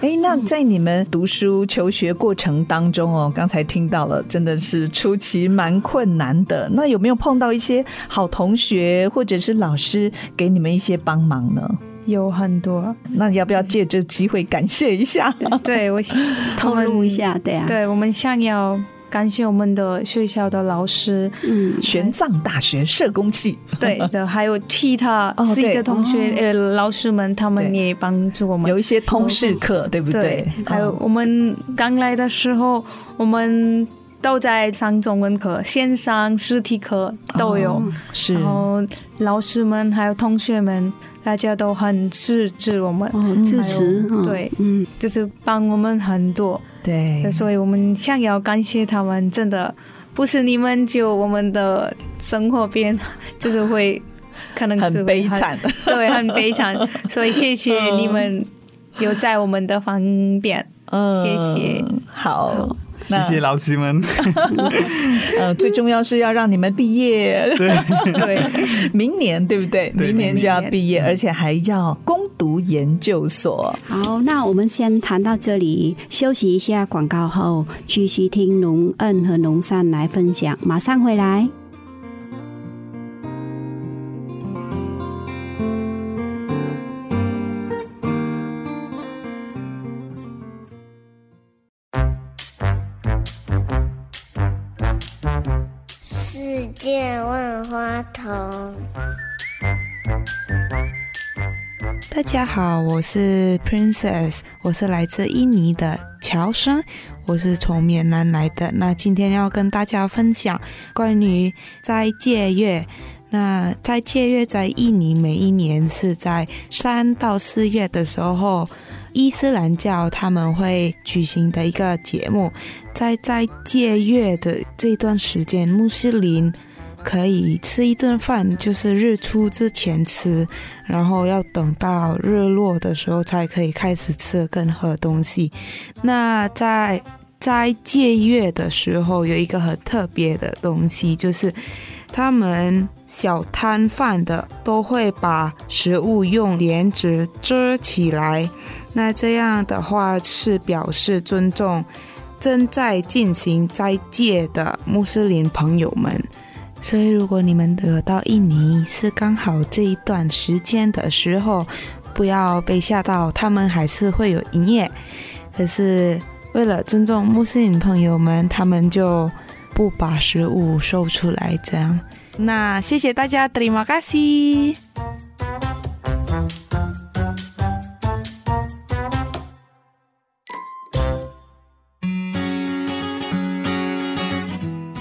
Speaker 1: 哎，那在你们读书求学过程当中哦，刚才听到了，真的是初期蛮困难的。那有没有碰到一些好同学或者是老师给你们一些帮忙呢？
Speaker 4: 有 很多。
Speaker 1: 那要不要借这机会感谢一下？
Speaker 4: 对我
Speaker 2: 透露一，下，对啊
Speaker 4: 我们，对我们想要感谢我们的学校的 老师，
Speaker 2: 嗯，
Speaker 1: 玄奘大学社工系，
Speaker 4: 对的，还有其他
Speaker 1: 哦
Speaker 4: 自己
Speaker 1: 对
Speaker 4: 的同学呃老师们，他们
Speaker 1: 对
Speaker 4: 也帮助我们
Speaker 1: 有。一些通识课，对不对
Speaker 4: 对？，还有
Speaker 1: 哦
Speaker 4: 我们刚来的时候，我们都在上中文课，线上、实体课都有。
Speaker 1: 哦是
Speaker 4: 然后老师们还有同学们，大家都很支持我们，
Speaker 2: 哦，支持，
Speaker 4: 嗯还有
Speaker 2: 哦
Speaker 4: 对，
Speaker 2: 嗯，
Speaker 4: 就是帮我们很多，
Speaker 1: 对，
Speaker 4: 所以我们想要感谢他们，真的不是你们就我们的生活变，就是会可能是
Speaker 1: 很
Speaker 4: 会
Speaker 1: 悲，惨。
Speaker 4: 对，很悲 惨，所以谢谢你们有在我们的旁边，
Speaker 1: 嗯，
Speaker 4: 谢谢。
Speaker 1: 好，
Speaker 5: 谢
Speaker 1: 那
Speaker 5: 谢老师们。
Speaker 1: 呃，最重要是要让你们毕业，
Speaker 4: 对，
Speaker 1: 明年对不对？
Speaker 5: 对
Speaker 1: 明年就要
Speaker 4: 明年
Speaker 1: 毕业，而且还要攻读研究所。
Speaker 2: 好，那我们先谈到这里，休息一下广告后，继续听龙恩和龙善来分享，马上回来。
Speaker 6: 世界万花筒。
Speaker 7: 大家好，啊我是 Princess，我是来自印尼的侨生，我是从缅南来的。那今天要跟大家分享关于斋戒月。那斋戒月在印尼每一年是在三到四月的时候，伊斯兰教他们会举行的一个节目。在斋戒月的这段时间，穆斯林可以吃一顿饭，就是日出之前吃。然后要等到日落的时候才可以开始吃跟喝东西。那在斋戒月的时候，有一个很特别的东西，就是他们小摊贩的都会把食物用帘子遮起来。那这样的话是表示尊重正在进行斋戒的穆斯林朋友们。所以，如果你们有到印尼是刚好这一段时间的时候，不要被吓到，他们还是会有营业。可是，为了尊重穆斯林朋友们，他们就不把食物收出来。这样，那谢谢大家，terima kasih。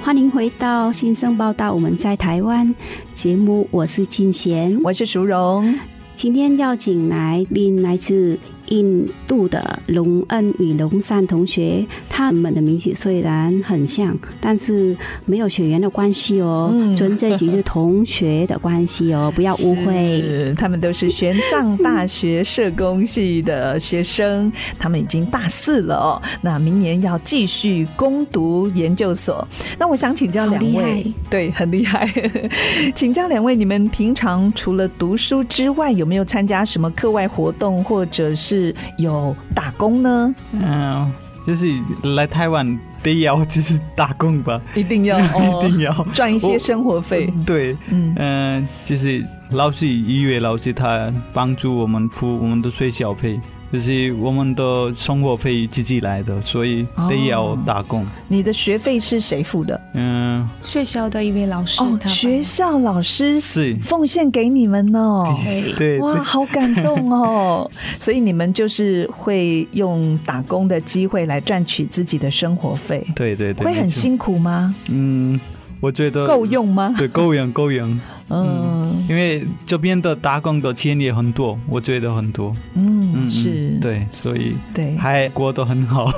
Speaker 2: 欢迎回到新生报道，我们在台湾节目，我是金贤，
Speaker 1: 我是淑荣，
Speaker 2: 今天邀请来宾来自印度的龙恩与龙善同学，他们的名字虽然很像，但是没有血缘的关系哦，
Speaker 1: 嗯
Speaker 2: 纯粹只是同学的关系哦，不要误会。
Speaker 1: 是他们都是玄奘大学社工系的学生，他们已经大四了哦。那明年要继续攻读研究所。那我想请教两
Speaker 2: 好
Speaker 1: 位
Speaker 2: 厉害，
Speaker 1: 对，很厉害。 请教两位，你们平常除了读书之外，有没有参加什么课外活动，或者是有打工呢？
Speaker 5: 嗯，就是来台湾得要就是打工吧，
Speaker 1: 一定 要
Speaker 5: 一定要
Speaker 1: 哦赚一些生活费。
Speaker 5: 对，
Speaker 1: 嗯
Speaker 5: 嗯、就是老师音乐老师他帮助我们付我们的水小费，就是我们的生活费自己来的，所以得要打工。
Speaker 1: 你的学费是谁付的？
Speaker 5: 嗯、
Speaker 4: 学校的一位老师，
Speaker 1: 哦，
Speaker 4: 他
Speaker 1: 学校老师
Speaker 5: 是，
Speaker 1: 奉献给你们哦。
Speaker 5: 对对，
Speaker 1: 哇，好感动 哦！所以你们就是会用打工的机会来赚取自己的生活费，
Speaker 5: 对对对，
Speaker 1: 会很
Speaker 5: 没错。
Speaker 1: 辛苦吗？
Speaker 5: 嗯，我觉得
Speaker 1: 够，用吗？
Speaker 5: 对，够用够用，
Speaker 1: 嗯
Speaker 5: 因为这边的打工的钱也很多，我觉得很多。
Speaker 1: 嗯，
Speaker 5: 嗯，
Speaker 1: 是
Speaker 5: 嗯，对，所以
Speaker 1: 对，
Speaker 5: 还过得 很好。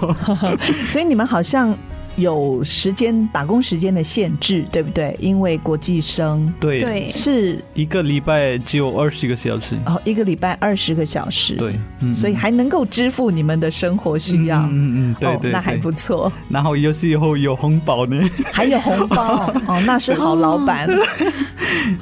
Speaker 1: 所以你们好像有时间打工时间的限制，对不对？因为国际生
Speaker 5: 对，
Speaker 4: 对
Speaker 1: 是
Speaker 5: 一个礼拜只有二十个小时。
Speaker 1: 哦，一个礼拜二十个小时，，
Speaker 5: 对，嗯，
Speaker 1: 所以还能够支付你们的生活需要。
Speaker 5: 嗯嗯嗯，对对
Speaker 1: 哦，那还
Speaker 5: 对
Speaker 1: 不错，
Speaker 5: 然后有时候有红包呢，
Speaker 1: 还有红 包哦，那是好老板。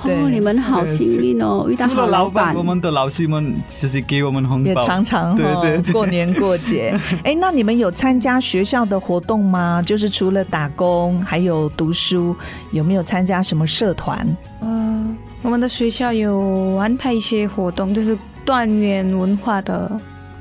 Speaker 1: 对
Speaker 2: 哦，你们好幸运 哦，遇到
Speaker 5: 除
Speaker 2: 好
Speaker 5: 了老
Speaker 2: 板
Speaker 5: 板，我。们的老师们就是给我们红
Speaker 1: 也
Speaker 5: 包，
Speaker 1: 常常
Speaker 5: 对
Speaker 1: 哈
Speaker 5: 对对
Speaker 1: 过年过 节。哎，那你们有参加学校的活动吗？就是除了打工，还有读书，有没有参加什么社团？
Speaker 4: 呃，我们的学校有安排一些活动，就是断垣文化的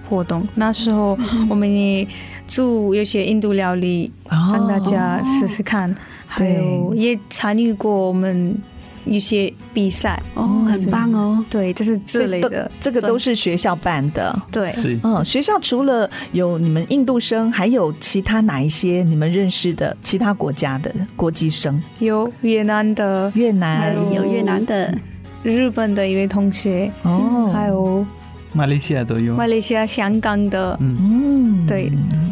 Speaker 4: 活动。那时候我们也做有些印度料理，让大家试试看，还有也参与过我们一些比赛。
Speaker 2: 哦，很棒哦！
Speaker 4: 对，这是这类
Speaker 1: 所以
Speaker 4: 的
Speaker 1: 都，这个都是学校办的。
Speaker 4: 对。
Speaker 5: 是
Speaker 1: 嗯，学校除了有你们印度生，还有其他哪一些你们认识的其他国家的国际生？
Speaker 4: 有越南的、
Speaker 1: 越南
Speaker 4: 还
Speaker 2: 有越南的，
Speaker 4: 日本的一位同学，
Speaker 1: 哦，
Speaker 4: 还有
Speaker 5: 马来西亚都有
Speaker 4: 马，来西亚、香港的，
Speaker 1: 嗯，
Speaker 4: 对，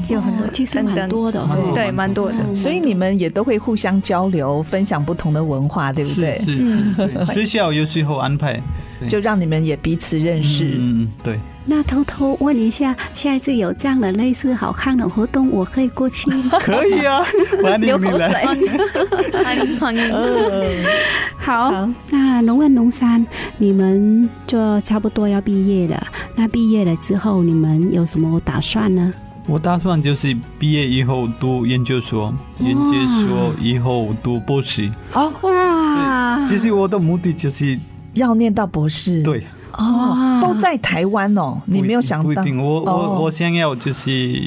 Speaker 4: 有很多，
Speaker 2: 其实
Speaker 4: 等
Speaker 2: 蛮
Speaker 4: 等
Speaker 2: 多哦的哦，
Speaker 5: 蛮多
Speaker 4: 对，蛮多的。
Speaker 1: 所以你们也都会互相交流，分享不同的文化，对不
Speaker 5: 是
Speaker 1: 对？
Speaker 5: 是
Speaker 1: 嗯
Speaker 5: 是，对学校有时候安排
Speaker 1: 就让你们也彼此认识。
Speaker 5: 嗯，嗯 对，
Speaker 2: 那偷偷问一下，下一次有这样的类似好看的活动，我可以过 去
Speaker 5: 可以 啊，欢
Speaker 2: 流
Speaker 5: 迎你
Speaker 2: 口
Speaker 5: 来，
Speaker 2: 水。
Speaker 4: 欢迎欢迎，
Speaker 5: 嗯
Speaker 2: 好，那龙恩龙山，你们就差不多要毕业了。那毕业了之后，你们有什么打算呢？
Speaker 5: 我打算就是毕业以后读研究所，研究所以后读博士。
Speaker 1: 哦，
Speaker 2: 哇，
Speaker 5: 其实我的目的就是
Speaker 1: 要念到博士，
Speaker 5: 对，
Speaker 1: 哦，
Speaker 2: 哇
Speaker 1: 都在台湾哦，你没有想
Speaker 5: 不一
Speaker 1: 到
Speaker 5: 定不一定我
Speaker 1: 哦
Speaker 5: 我我想要就是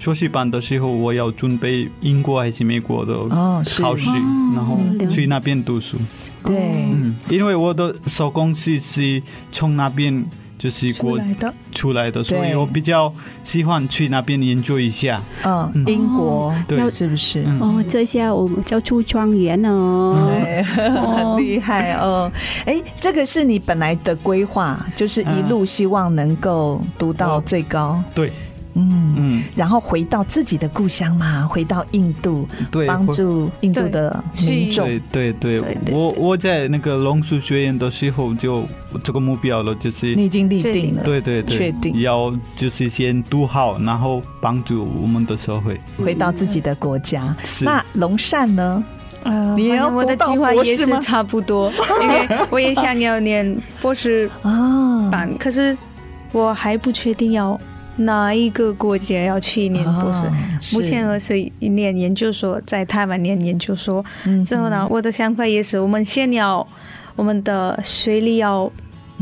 Speaker 5: 硕士班的时候，我要准备英国还是美国的
Speaker 1: 哦，是
Speaker 5: 考试，然后去那边读书。
Speaker 1: 对，
Speaker 5: 嗯，因为我的手工系是从那边就是
Speaker 4: 出
Speaker 5: 国
Speaker 4: 来的。
Speaker 5: 出来的，所以
Speaker 1: 对
Speaker 5: 我比较喜欢去那边研究一下。
Speaker 1: 嗯，英国
Speaker 4: 哦
Speaker 5: 对
Speaker 1: 是不是？
Speaker 5: 嗯
Speaker 2: 哦，这下我们叫出庄园哦。
Speaker 1: 对，哎很厉害哦。哎，这个是你本来的规划，就是一路希望能够读到最高，
Speaker 5: 对，
Speaker 1: 嗯，
Speaker 5: 嗯，
Speaker 1: 然后回到自己的故乡嘛，回到印度，
Speaker 5: 对，
Speaker 1: 帮
Speaker 5: 我
Speaker 1: 助印度的民众。
Speaker 5: 对对对
Speaker 4: 对，对
Speaker 5: 我我在那个龙树学院的时候就这个目标了，就是
Speaker 1: 你已经立定了，
Speaker 5: 对对对，
Speaker 1: 确定
Speaker 5: 要就是先读好，然后帮助我们的社会。
Speaker 1: 回到自己的国家。
Speaker 5: 是
Speaker 1: 那龙善呢？
Speaker 4: 呃，
Speaker 1: 你也要
Speaker 4: 我的
Speaker 1: 读到
Speaker 4: 计划
Speaker 1: 博
Speaker 4: 也
Speaker 1: 士
Speaker 4: 是
Speaker 1: 吗
Speaker 4: 差不多，因为我也想要念博士
Speaker 1: 啊，
Speaker 4: 班，可是我还不确定要哪一个国家要去念博士。
Speaker 1: 哦
Speaker 4: 目前我是念研究所，在台湾念研究所。
Speaker 1: 嗯
Speaker 4: 之后呢，我的想法也是，我们先要我们的学历要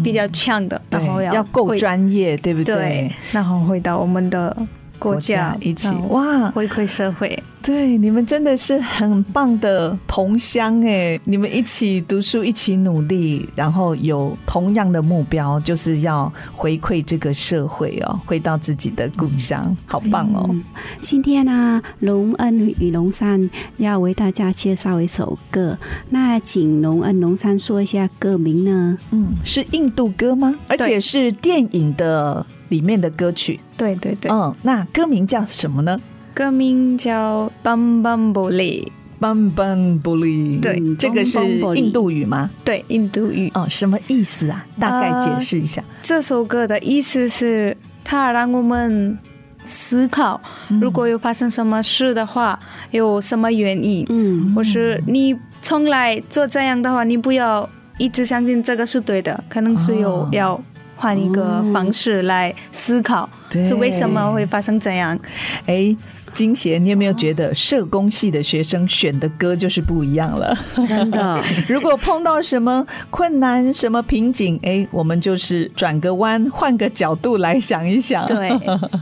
Speaker 4: 比较强的，
Speaker 1: 嗯对
Speaker 4: 然后
Speaker 1: 要够
Speaker 4: 回
Speaker 1: 专业，对不
Speaker 4: 对，然后回到我们的国
Speaker 1: 国
Speaker 4: 家
Speaker 1: 家一起嗯
Speaker 4: 然后
Speaker 1: 哇，
Speaker 4: 回馈社会。
Speaker 1: 对，你们真的是很棒的同乡哎！你们一起读书，一起努力，然后有同样的目标，就是要回馈这个社会哦，回到自己的故乡，好棒哦！
Speaker 2: 嗯今天呢，龙恩与龙山要为大家介绍一首歌，那请龙恩、龙山说一下歌名呢？
Speaker 1: 嗯，是印度歌吗？而且是电影的里面的歌曲。
Speaker 4: 对对对，
Speaker 1: 嗯，那歌名叫什么呢？
Speaker 4: 歌名叫《Bam Bam b o l e
Speaker 1: 邦邦布利，
Speaker 4: 对
Speaker 1: 嗯这个是
Speaker 2: Bambamboli
Speaker 1: 印度语吗？
Speaker 4: 对，印度语。
Speaker 1: 哦，什么意思啊？大概解
Speaker 4: 呃
Speaker 1: 释一下。
Speaker 4: 这首歌的意思是，它让我们思考，如果有发生什么事的话，有什么原因？
Speaker 2: 嗯
Speaker 4: 或是你从来做这样的话，你不要一直相信这个是对的，可能是有
Speaker 1: 哦
Speaker 4: 要换一个方式来思考，
Speaker 1: 对
Speaker 4: 是为什么会发生这样？
Speaker 1: 哎，金贤，你有没有觉得社工系的学生选的歌就是不一样 了？
Speaker 2: 真的，
Speaker 1: 如果碰到什么困难、什么瓶颈，哎，我们就是转个弯，换个角度来想一想。
Speaker 4: 对，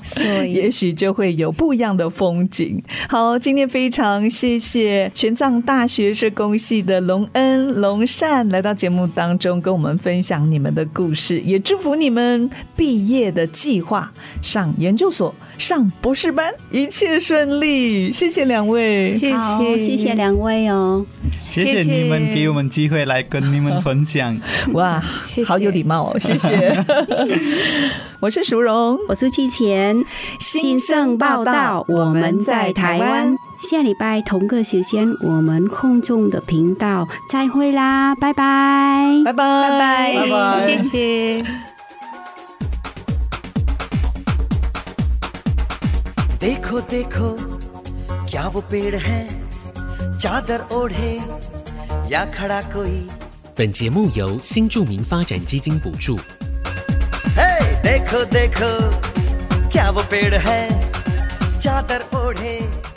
Speaker 4: 所以
Speaker 1: 也许就会有不一样的风景。好，今天非常谢谢玄奘大学社工系的龙恩、龙善来到节目当中，跟我们分享你们的故事，也祝福你们毕业的计划、上研究所、上博士班一切顺利。谢谢两位，
Speaker 4: 谢
Speaker 2: 好，
Speaker 4: 谢
Speaker 2: 谢谢两位哦。
Speaker 5: 谢谢你们给我们机会来跟你们分享。
Speaker 1: 哇，
Speaker 4: 谢谢
Speaker 1: 好有礼貌哦，谢 谢。我是淑荣，
Speaker 2: 我是季前，
Speaker 1: 新生报道我们在台湾。
Speaker 2: 下礼拜同个时间，我们空中的频道再会啦，拜拜。
Speaker 1: 拜拜
Speaker 4: 拜拜，
Speaker 1: 拜拜
Speaker 4: 谢谢。
Speaker 3: देखो देखो क्या वो पेड़ है चादर ओढ़े या खड़ा कोई
Speaker 8: 本节目由新住民发展基金补助。
Speaker 3: हे देखो देखो क्या वो पेड़ है चादर ओढ़े